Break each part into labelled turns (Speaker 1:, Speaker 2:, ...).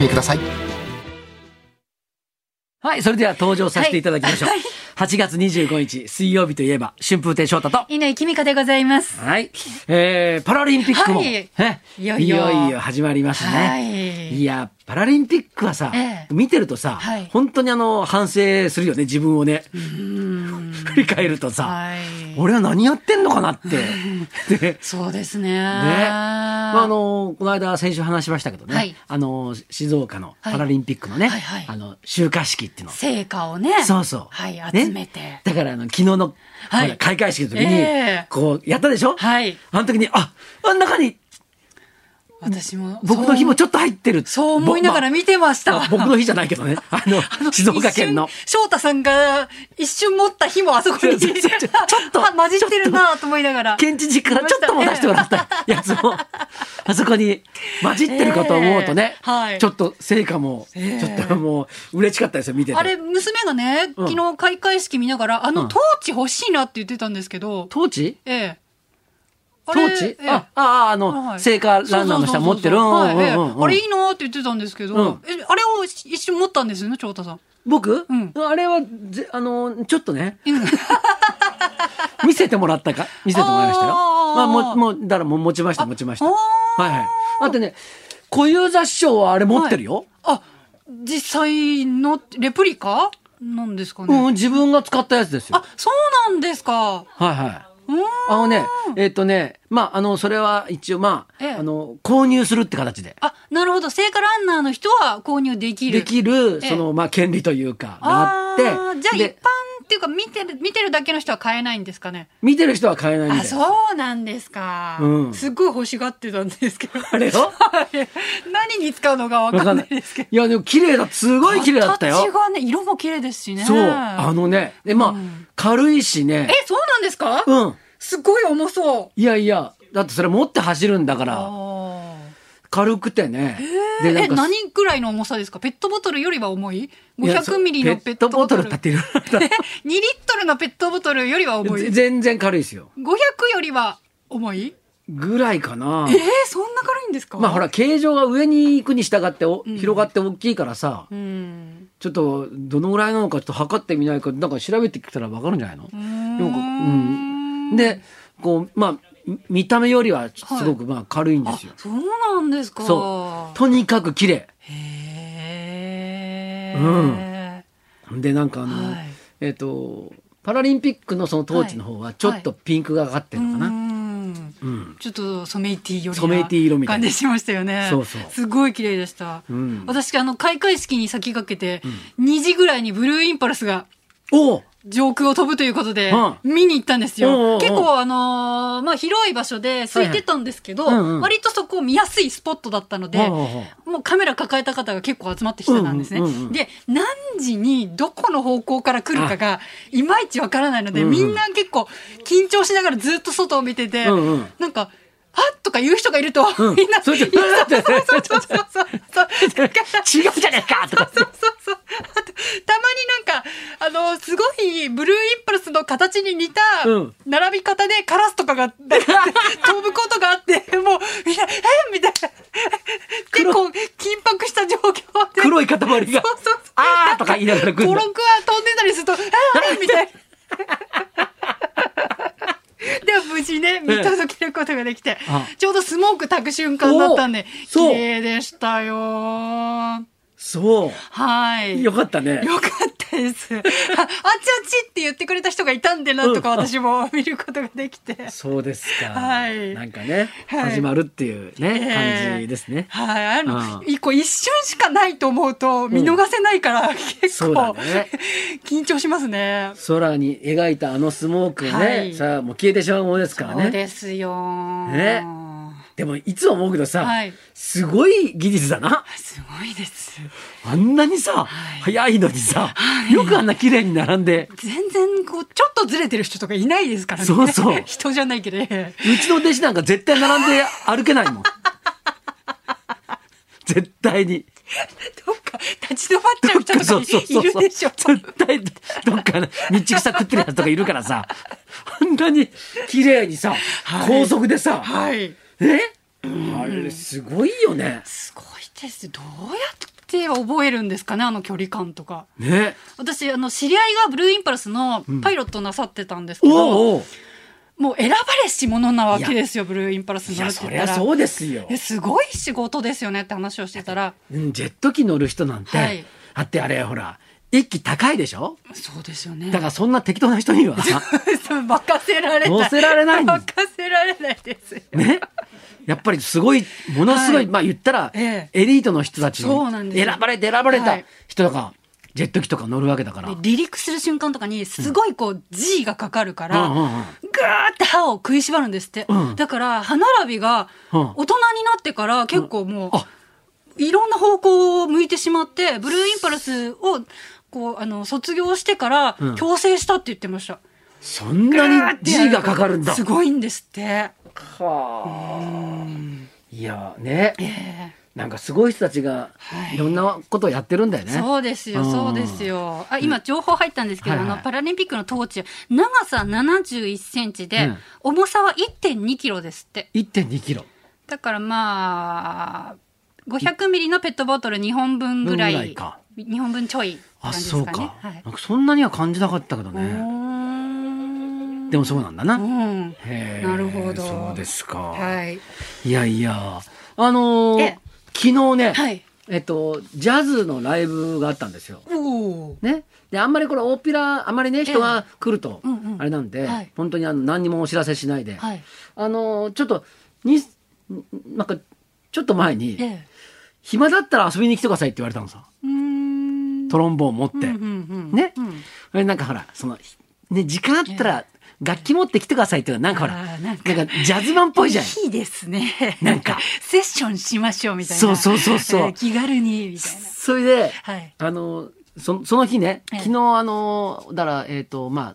Speaker 1: みください。
Speaker 2: はい、それでは登場させていただきましょう。
Speaker 3: はい
Speaker 2: 8月25日、水曜日といえば、春風亭昇太と。
Speaker 3: 犬井君香でございます。
Speaker 2: はい。えー、パラリンピックも、
Speaker 3: はい
Speaker 2: ね
Speaker 3: いよいよ
Speaker 2: 始まりますね。
Speaker 3: はい
Speaker 2: いや、パラリンピックはさ、
Speaker 3: ええ
Speaker 2: 見てるとさ、
Speaker 3: はい
Speaker 2: 本当にあの、反省するよね、自分をね。振り返るとさ、
Speaker 3: はい
Speaker 2: 俺は何やってんのかなって。で
Speaker 3: そうですね。
Speaker 2: ね。まあ、あの、この間、先週話しましたけどね、
Speaker 3: はい
Speaker 2: あの、静岡のパラリンピックのね、
Speaker 3: はいはいはい
Speaker 2: あの、集荷式っていうの。
Speaker 3: 成果をね。
Speaker 2: そうそう。
Speaker 3: はい、
Speaker 2: ね
Speaker 3: 集めて。
Speaker 2: だから、あの、昨日の、
Speaker 3: はい
Speaker 2: ほら開会式の時に、
Speaker 3: ええ
Speaker 2: こう、やったでしょ
Speaker 3: はい。
Speaker 2: あの時に、あ、あん中に
Speaker 3: 私も。
Speaker 2: 僕の日もちょっと入ってる。
Speaker 3: そうそう思いながら
Speaker 2: ぼ
Speaker 3: 見てまし
Speaker 2: ま
Speaker 3: た
Speaker 2: あ。僕の日じゃないけど ね。あの、静岡県の
Speaker 3: 一。瞬翔太さんが一瞬持った日もあそこに。
Speaker 2: そうそうそうちょっと
Speaker 3: あ混じってるなと思いながら。
Speaker 2: 県知事からちょっとも出してもらったやつも、あそこに混じってるかと思うとね、
Speaker 3: ええはい
Speaker 2: ちょっと成果も、
Speaker 3: ええ
Speaker 2: ちょっともう嬉しかったですよ、見てて。
Speaker 3: あれ、娘がね、
Speaker 2: うん
Speaker 3: 昨日開会式見ながら、あ
Speaker 2: うん
Speaker 3: の、トーチ欲しいなって言ってたんですけど、
Speaker 2: トーチ
Speaker 3: ええ。
Speaker 2: ト
Speaker 3: あれ
Speaker 2: ーチ
Speaker 3: ええ
Speaker 2: あ、あ、あの、聖火ランナーの人は持ってる。う
Speaker 3: そう
Speaker 2: ん
Speaker 3: そうそうそうはいええ
Speaker 2: うんうんうん
Speaker 3: あれいいなって言ってたんですけど、
Speaker 2: うん
Speaker 3: えあれを一瞬持ったんですよね、長太さん。
Speaker 2: 僕、
Speaker 3: うん
Speaker 2: あれはぜ、あの、ちょっとね、
Speaker 3: うん
Speaker 2: 見せてもらったか、見せてもらいましたよ。
Speaker 3: あー
Speaker 2: まあ、も、もう、だからもう持ちました、持ちました。
Speaker 3: あ
Speaker 2: はい
Speaker 3: ー
Speaker 2: はい。あとね、小遊三師匠はあれ持ってるよ。
Speaker 3: あ、実際のレプリカなんですかね。
Speaker 2: うん、自分が使ったやつですよ
Speaker 3: あ。、そうなんですか。
Speaker 2: はいはい。
Speaker 3: うん。
Speaker 2: あのね、えっ、とね、まあ、あの、それは一応、まあ、
Speaker 3: ええ
Speaker 2: あの、購入するって形で。
Speaker 3: あ、なるほど。聖火ランナーの人は購入できる。
Speaker 2: できる、
Speaker 3: ええ
Speaker 2: その、まあ、権利というか、があ
Speaker 3: あ
Speaker 2: っ
Speaker 3: ー
Speaker 2: て。
Speaker 3: じゃあ一般
Speaker 2: で、
Speaker 3: っていうか見てる、見てるだけの人は買えないんですかね。
Speaker 2: 見てる人は買えないみたい
Speaker 3: あ、
Speaker 2: な。
Speaker 3: そうなんですか。
Speaker 2: うん
Speaker 3: すっごい欲しがってたんですけど。
Speaker 2: あれよ
Speaker 3: はい何に使うのかわかんないですけど。
Speaker 2: いや、でも綺麗だ、すごい綺麗だった
Speaker 3: 形
Speaker 2: よ。
Speaker 3: がね、色も綺麗ですしね。
Speaker 2: そう。あのね、で、まあ、
Speaker 3: うん
Speaker 2: 軽いしね
Speaker 3: え。、そうなんですか、
Speaker 2: うん。
Speaker 3: すごい重そう。
Speaker 2: いやいや、だってそれ持って走るんだから、
Speaker 3: あ
Speaker 2: 軽くてね。
Speaker 3: ーえ、
Speaker 2: か
Speaker 3: 何ぐらいの重さですかペットボトルよりは重い
Speaker 2: いやそう
Speaker 3: ?500 ミリのペットボトル。
Speaker 2: ペットボトル だっていろいろあった
Speaker 3: え2リットルのペットボトルよりは重い。
Speaker 2: ぜ
Speaker 3: 500
Speaker 2: 全然軽いですよ。
Speaker 3: よりは重い
Speaker 2: ぐらいかな
Speaker 3: え。ー、そんな軽いんですか
Speaker 2: まあほ。ら、形状が上に行くに従ってお、広がって大きいからさ、
Speaker 3: うん。
Speaker 2: ちょっと、どのぐらいなのかちょっと測ってみないか、なんか調べてきたらわかるんじゃないの
Speaker 3: う
Speaker 2: でもこううん
Speaker 3: ん。
Speaker 2: で、こう、まあ、み見た目よりはすごくまあ軽いんで
Speaker 3: あ
Speaker 2: すよ。、
Speaker 3: そうなんですか
Speaker 2: そう。とにかく綺麗。
Speaker 3: へえ。
Speaker 2: で、なんかあの、
Speaker 3: はい
Speaker 2: えっ、と、パラリンピックのそのトーチの方はちょっとピンクがかかってるのかな。
Speaker 3: うん
Speaker 2: うん。
Speaker 3: ちょっとソメイティ色
Speaker 2: ソメイティ色みたいな
Speaker 3: 感じしましたよね。
Speaker 2: そうそう
Speaker 3: すごい綺麗でした。
Speaker 2: うん
Speaker 3: 私、あの、開会式に先駆けて、2時ぐらいにブルーインパルスが
Speaker 2: おう
Speaker 3: 上空を飛ぶということで
Speaker 2: はあ、
Speaker 3: 見に行ったんです
Speaker 2: おうおうお
Speaker 3: よ。
Speaker 2: う
Speaker 3: 結構、あのーまあ、広い場所で空いてたんですけど、
Speaker 2: はいはいうんうん
Speaker 3: 割とそこ見やすいスポットだったので、
Speaker 2: はあはあはあ
Speaker 3: もうカメラ抱えた方が結構集まってきてたんですね。
Speaker 2: うんうんうんうん
Speaker 3: で、何時にどこの方向から来るかがいまいちわからないので、
Speaker 2: うんうん
Speaker 3: みんな結構緊張しながらずっと外を見てて、
Speaker 2: うんうん
Speaker 3: なんか、あっとか言う人がいると、
Speaker 2: うん
Speaker 3: みんな、
Speaker 2: それじゃ
Speaker 3: い やそうそう そうそうそうそう。だから
Speaker 2: 違うじゃないかとか。
Speaker 3: そうそうそう。あとたまになんか、あの、すごい、ブルーインパルスの形に似た
Speaker 2: うん、
Speaker 3: 並び方でカラスとかが、飛 ぶことがあって、もう、いや、えみたいな。結構、緊迫した状況で。
Speaker 2: 黒い塊が
Speaker 3: そうそうそう。
Speaker 2: あーとか言いながら来るん
Speaker 3: 5、6
Speaker 2: だ
Speaker 3: は飛んでたりすると、あーみたいな。でも無事ね、見届けることができて
Speaker 2: あ、
Speaker 3: ちょうどスモーク焚く瞬間だったんで
Speaker 2: お、そう
Speaker 3: 綺麗でしたよー。
Speaker 2: そ
Speaker 3: はい。
Speaker 2: う。よかったね。
Speaker 3: よかったです。ああ っちあっちって言ってくれた人がいたんで、なんとか
Speaker 2: うん
Speaker 3: 私も 見ることができて。
Speaker 2: そうですか。
Speaker 3: はい
Speaker 2: なんかね、
Speaker 3: はい
Speaker 2: 始まるっていうね、
Speaker 3: ええ
Speaker 2: 感じですね。
Speaker 3: はい。あ
Speaker 2: う
Speaker 3: の、
Speaker 2: ん
Speaker 3: 一個一瞬しかないと思うと見逃せないから、 結
Speaker 2: そうだ
Speaker 3: 構、
Speaker 2: ね
Speaker 3: 緊張しますね。
Speaker 2: 空に描いたあのスモークね、
Speaker 3: はい
Speaker 2: さあもう消えてしまうものですから
Speaker 3: そう
Speaker 2: ね。
Speaker 3: ですよ。
Speaker 2: ねでもいつも思うけどさ、
Speaker 3: はい
Speaker 2: すごい技術だな。
Speaker 3: すごいです。
Speaker 2: あんなにさ、早いのにさ、よくあんな綺麗に並んで、
Speaker 3: 全然、こう、ちょっとずれてる人とかいないですからね。
Speaker 2: そうそう
Speaker 3: 人じゃないけど。ね
Speaker 2: うちの弟子なんか絶対並んで歩けない もん。絶対に。
Speaker 3: どっか立ち止まっちゃう人
Speaker 2: そうそう
Speaker 3: とか
Speaker 2: そ
Speaker 3: いうる
Speaker 2: そう。
Speaker 3: でしょ。
Speaker 2: 絶対、どっかの道草食ってるやつとかいるからさ、あんなに綺麗にさ、
Speaker 3: はい
Speaker 2: 高速でさ、
Speaker 3: はい。
Speaker 2: えあれすごいよね。
Speaker 3: すごいです。どうやってては覚えるんですかねあの距離感とか
Speaker 2: ね。
Speaker 3: 私あの知り合いがブルーインパルスのパイロットなさってたんですけど、
Speaker 2: おうおう
Speaker 3: もう選ばれし者なわけですよブルーインパルス
Speaker 2: い
Speaker 3: に乗
Speaker 2: や、
Speaker 3: るって
Speaker 2: そ
Speaker 3: 言っ
Speaker 2: り
Speaker 3: た
Speaker 2: ゃ
Speaker 3: ら
Speaker 2: そうですよ
Speaker 3: え。すごい仕事ですよねって話をしてたら
Speaker 2: うんジェット機乗る人なんて、
Speaker 3: はい
Speaker 2: あってあれ、ほら、駅高いでしょ
Speaker 3: そうですよね
Speaker 2: だからそんな適当な人に は、
Speaker 3: そう任せられない
Speaker 2: 乗せられないんです
Speaker 3: 任せられないですよ
Speaker 2: ね。やっぱりすごい、ものすごい、
Speaker 3: はい
Speaker 2: まあ言ったら、
Speaker 3: え
Speaker 2: エリートの人たちに
Speaker 3: そうなんですよ
Speaker 2: 選ばれて選ばれ
Speaker 3: は
Speaker 2: た
Speaker 3: い
Speaker 2: 人が、ジェット機とか乗るわけだから。
Speaker 3: で離陸する瞬間とかにすごいこう G がかかるから、
Speaker 2: うんうんうん
Speaker 3: ぐーって歯を食いしばるんですって、
Speaker 2: うん
Speaker 3: だから歯並びが
Speaker 2: うん
Speaker 3: 大人になってから結構もう、
Speaker 2: あ
Speaker 3: いろんな方向を向いてしまってブルーインパルスをこうあの卒業してから
Speaker 2: うん
Speaker 3: 矯正したって言ってました、
Speaker 2: そんなに G がかかるんだ
Speaker 3: す。ごいんですって、
Speaker 2: はあ。いや、ね。
Speaker 3: え
Speaker 2: なんかすごい人たちが
Speaker 3: はい
Speaker 2: いろんなことをやってるんだよ
Speaker 3: え
Speaker 2: ね。
Speaker 3: そうですよ、
Speaker 2: うん
Speaker 3: そうですよ。あ、今情報入ったんですけど、
Speaker 2: はいはい
Speaker 3: あのパラリンピックのトーチ、長さ71センチで、
Speaker 2: うん
Speaker 3: 重さは1.2キロですって。
Speaker 2: 1.2キロ
Speaker 3: だからまあ、500ミリのペットボトル2本分ぐらい、
Speaker 2: ぐらいか
Speaker 3: 2本分ちょいって感
Speaker 2: あ、
Speaker 3: じで
Speaker 2: そ
Speaker 3: す
Speaker 2: う
Speaker 3: か
Speaker 2: か
Speaker 3: ね。はい
Speaker 2: なんかそんなには感じなかったけど
Speaker 3: うー
Speaker 2: ね。
Speaker 3: ん
Speaker 2: でもそうなんだな。
Speaker 3: うん。
Speaker 2: へえ
Speaker 3: なるほど
Speaker 2: そうですか。
Speaker 3: はい。
Speaker 2: いやいや、あのー
Speaker 3: ええ
Speaker 2: 昨日ね、
Speaker 3: はい。
Speaker 2: えっと、ジャズのライブがあったんですよ。
Speaker 3: おお。
Speaker 2: ね。で、あんまりこれ、大っぴら、あんまりね、人が来ると
Speaker 3: うんう、ん
Speaker 2: あれなんで、
Speaker 3: はい
Speaker 2: 本当にあの何にもお知らせしないで、
Speaker 3: はい。
Speaker 2: あのーちょっと、に、なんか、ちょっと前に、
Speaker 3: ええ。
Speaker 2: 暇だったら遊びに来てくださいって言われたのさ。
Speaker 3: うーん。
Speaker 2: トロンボーン持って。
Speaker 3: うんうんうん
Speaker 2: ね
Speaker 3: うん
Speaker 2: あれなんかほら、その、ね、時間あったら、楽器持ってきてくださいっていうのは、なんかほら、
Speaker 3: あーなんか
Speaker 2: なんかジャズマンっぽいじゃ ん。
Speaker 3: いいですね。
Speaker 2: なんか
Speaker 3: セッションしましょうみたいな。
Speaker 2: そうそうそうそう
Speaker 3: えー気軽に、みたいな。
Speaker 2: それで、
Speaker 3: はい。
Speaker 2: あの、そその日ね、
Speaker 3: ええ
Speaker 2: 昨日、あの、だから、えっ、と、まあ、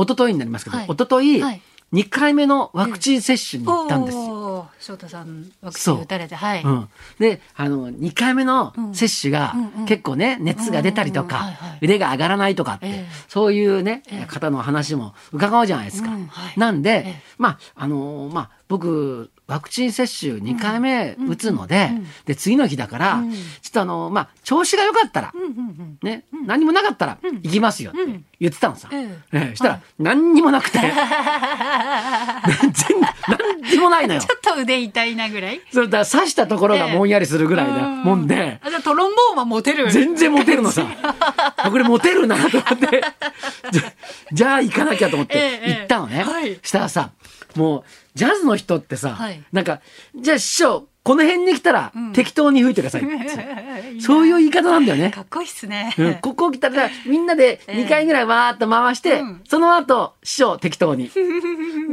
Speaker 2: 一昨日になりますけど、
Speaker 3: はい
Speaker 2: 一昨日、
Speaker 3: はい
Speaker 2: 二2回目のワクチン接種に行ったんですよ。
Speaker 3: おー翔太さん、ワクチン打たれて、はい。
Speaker 2: うん、であの2回目の接種が
Speaker 3: うんうんうん
Speaker 2: 結構ね、熱が出たりと
Speaker 3: うんうん
Speaker 2: か、
Speaker 3: はいはい
Speaker 2: 腕が上がらないとかって、
Speaker 3: ええ
Speaker 2: そういうね、
Speaker 3: ええ
Speaker 2: 方の話も伺うじゃないですか。
Speaker 3: うんはい
Speaker 2: なんで、
Speaker 3: ええ
Speaker 2: まああのまあ僕ワクチン接種2回目打つので,、
Speaker 3: うんうん
Speaker 2: で次の日だから、
Speaker 3: うん
Speaker 2: ちょっとあのまあ調子が良かったら
Speaker 3: うんうん
Speaker 2: ね、何もなかったら
Speaker 3: うん
Speaker 2: 行きますよっ
Speaker 3: う
Speaker 2: て
Speaker 3: ん
Speaker 2: 言ってたのさ。
Speaker 3: え
Speaker 2: え
Speaker 3: え
Speaker 2: えしたら、何にもなく て、全然、何にもないのよ。
Speaker 3: ちょっと腕痛いなぐらい
Speaker 2: それだから刺したところがもんやりするぐらいなもんで、
Speaker 3: あ、じゃあトロンボーンはモテる。
Speaker 2: 全然モテる のさ。あこれモテるなと思って、じゃじゃあ行かなきゃと思っ
Speaker 3: え
Speaker 2: て
Speaker 3: えええ
Speaker 2: 行ったのね。
Speaker 3: はい
Speaker 2: したらさ、もう、ジャズの人ってさ、
Speaker 3: はい
Speaker 2: なんか、じゃあ師匠、この辺に来たら
Speaker 3: うん
Speaker 2: 適当に吹いてくだ さいってさ、そういう
Speaker 3: う
Speaker 2: 言い方なんだよね。
Speaker 3: かっこいいっすね。
Speaker 2: うんここ来たら、みんなで
Speaker 3: ええ
Speaker 2: 2回ぐらいわーっと回して、
Speaker 3: うん
Speaker 2: その後、師匠適当 に。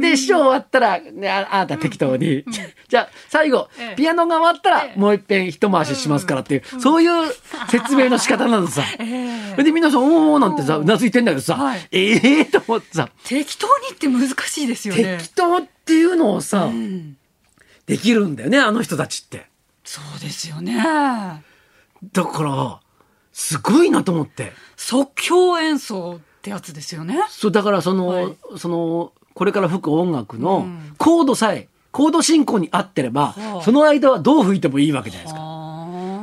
Speaker 2: で、師匠終わったら、ね、ああなた適当に。じゃあ、最後、
Speaker 3: ええ
Speaker 2: ピアノが終わったら
Speaker 3: え、え
Speaker 2: もう一遍一回ししますからっていう、そういう説明の仕方なのさ。
Speaker 3: ええ
Speaker 2: で、皆さん、おーなんてさ、
Speaker 3: おー
Speaker 2: うなずいてんだけどさ、
Speaker 3: はい
Speaker 2: ええーと思ってさ、
Speaker 3: 適当にって難しいですよね
Speaker 2: 適。当っていうのをさ、
Speaker 3: うん
Speaker 2: できるんだよね、あの人たちって。
Speaker 3: そうですよね。
Speaker 2: だから、すごいなと思って。
Speaker 3: 即興演奏ってやつですよね。
Speaker 2: そう、だからその、
Speaker 3: はい
Speaker 2: その、これから吹く音楽
Speaker 3: う
Speaker 2: の
Speaker 3: ん
Speaker 2: コードさえ、コード進行に合ってれば、
Speaker 3: はあ
Speaker 2: その間はどう吹いてもいいわけじゃないですか。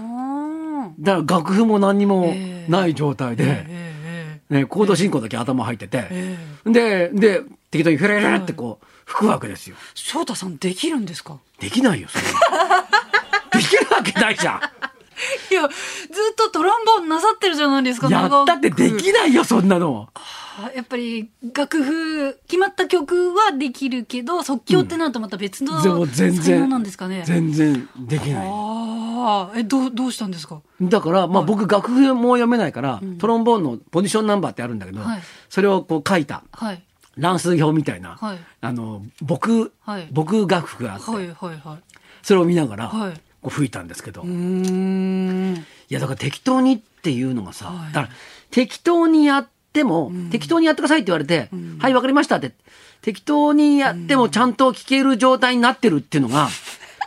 Speaker 3: あ
Speaker 2: だから楽譜も何にも
Speaker 3: ええ
Speaker 2: ない状態
Speaker 3: ー
Speaker 2: で、
Speaker 3: え
Speaker 2: ね、コード進行だけ頭入ってて、
Speaker 3: ええええ
Speaker 2: で、で、適当にフラフラってこう、吹くわけですよ。
Speaker 3: 翔太さんできるんですか
Speaker 2: できないよ、それは できるわけないじゃ
Speaker 3: いや、ずっとトランボーンなさってるじゃないですか、
Speaker 2: ん。やったってで
Speaker 3: 長く
Speaker 2: きないよ、そんなの。
Speaker 3: あやっぱり楽譜、決まった曲はできるけど、即興ってなるとまた別の
Speaker 2: でも全
Speaker 3: 才能
Speaker 2: 然
Speaker 3: なんですかね。
Speaker 2: 全然できない。
Speaker 3: ああ、え、どう、どうしたんですか
Speaker 2: だから、まあ僕楽譜も読めないから、
Speaker 3: ん
Speaker 2: トロンボーンのポジションナンバーってあるんだけど、
Speaker 3: はい
Speaker 2: それをこう書いた
Speaker 3: はい。
Speaker 2: 乱数表みたいな、
Speaker 3: はい
Speaker 2: あの、僕、
Speaker 3: はい
Speaker 2: 僕楽譜があって、
Speaker 3: はい、はい、はい。
Speaker 2: それを見ながら、
Speaker 3: はい
Speaker 2: こう吹いたんですけど、
Speaker 3: うー
Speaker 2: い
Speaker 3: ん。
Speaker 2: やだから適当にっていうのがさ、
Speaker 3: はい
Speaker 2: だから適当にやっても、適当にやってくださいって言われて、
Speaker 3: ん
Speaker 2: はい、わかりましたって、適当にやってもちゃんと聞ける状態になってるっていうのが、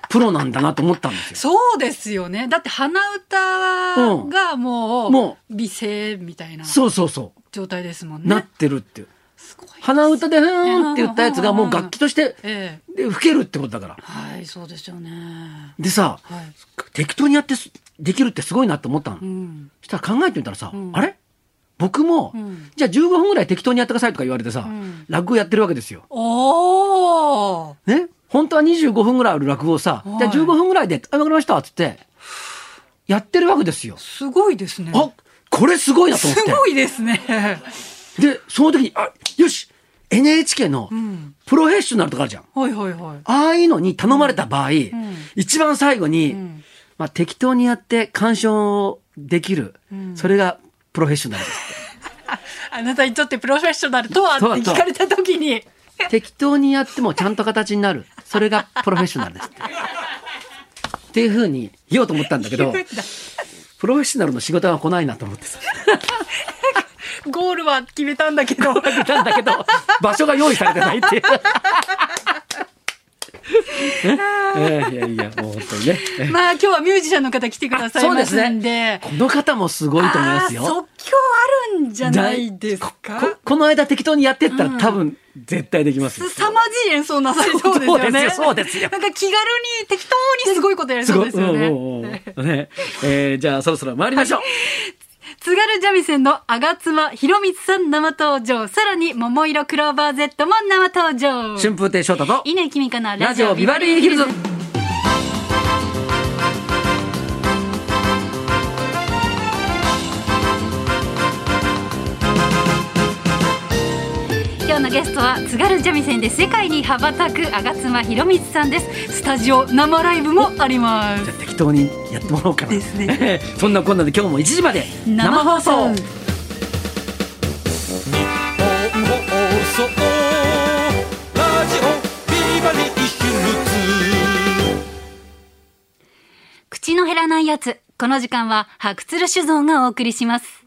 Speaker 2: プロなんだなと思ったんですよ。
Speaker 3: そうですよね。だって鼻歌がもう、
Speaker 2: うんも
Speaker 3: 美声みたいな
Speaker 2: そうそうそ
Speaker 3: 状態ですもん
Speaker 2: う、なっ
Speaker 3: ね。
Speaker 2: てるっていう。
Speaker 3: すごい。
Speaker 2: 鼻歌でふーんって言ったやつがもう楽器として
Speaker 3: ええ。
Speaker 2: で吹けるってことだから。
Speaker 3: はい、そうですよね。
Speaker 2: でさ、
Speaker 3: はい。
Speaker 2: 適当にやってすできるってすごいなって思ったの。
Speaker 3: うん
Speaker 2: したら考えてみたらさ、
Speaker 3: うん
Speaker 2: あれ僕も、
Speaker 3: うん
Speaker 2: じゃあ15分ぐらい適当にやってくださいとか言われてさ、
Speaker 3: うん
Speaker 2: 落語やってるわけですよ。
Speaker 3: おー
Speaker 2: ね本当は25分ぐらいある落語をさ、
Speaker 3: はい
Speaker 2: じゃあ15分ぐらいで、あ、わかりましたっつって、やってるわけですよ。
Speaker 3: すごいですね。
Speaker 2: あこれすごいなと思っ
Speaker 3: す
Speaker 2: て。
Speaker 3: ごいです ね。
Speaker 2: で、その時に、あ、よし !NHK の
Speaker 3: うん。
Speaker 2: プロフェッショナルとかあるじゃん。
Speaker 3: はいはいはい。
Speaker 2: ああいうのに頼まれた場合、一番最後に、
Speaker 3: うん
Speaker 2: まあ適当にやって鑑賞できる。
Speaker 3: うん
Speaker 2: それがプロフェッショナルです。
Speaker 3: あなたにとってプロフェッショナルとはって
Speaker 2: とはとは
Speaker 3: 聞かれた時に、
Speaker 2: 適当にやってもちゃんと形になる。それがプロフェッショナルです。っていうふうに言おうと思ったんだけ ど、プロフェッショナルの仕事が来ないなと思ってさ。
Speaker 3: ゴールは決めたんだけど、
Speaker 2: なんだけ ど、場所が用意されてないっていう。ねえーいやいや、もう本当 にね。 えー
Speaker 3: まあ今日はミュージシャンの方来てください
Speaker 2: そう
Speaker 3: ま
Speaker 2: です
Speaker 3: す
Speaker 2: ね
Speaker 3: んで。
Speaker 2: この方もすごいと思います
Speaker 3: あー
Speaker 2: よ。
Speaker 3: 即興あるんじゃないです
Speaker 2: こ
Speaker 3: か。
Speaker 2: この間適当にやってったら、多分絶対できますよ。
Speaker 3: すさまじい演奏なさりそうです
Speaker 2: そ
Speaker 3: よね。
Speaker 2: うですよそうですよ
Speaker 3: なんか気軽に適当にすごいことやりそうですよね。
Speaker 2: うんうんうんねえーじゃあそろそろ参りましょう。
Speaker 3: 津軽三味線のあがつまひろみつさん生登場。さらに桃色クローバー Z も生登場。
Speaker 2: 春風亭昇太と
Speaker 3: 稲きみかな
Speaker 2: ラジオビバリーヒルズ。
Speaker 3: 今日のゲストは津軽三味線で世界に羽ばたくあがつまひろみつさんです。スタジオ生ライブもありま
Speaker 2: じゃ
Speaker 3: す。
Speaker 2: あ適当にやってもらおうかな。
Speaker 3: ですね
Speaker 2: そんなこんなで今日も1時まで生放送。
Speaker 1: 日本放送ラジオビバリーヒルズ
Speaker 3: 口の減らないやつ。この時間は白鶴酒造がお送りします。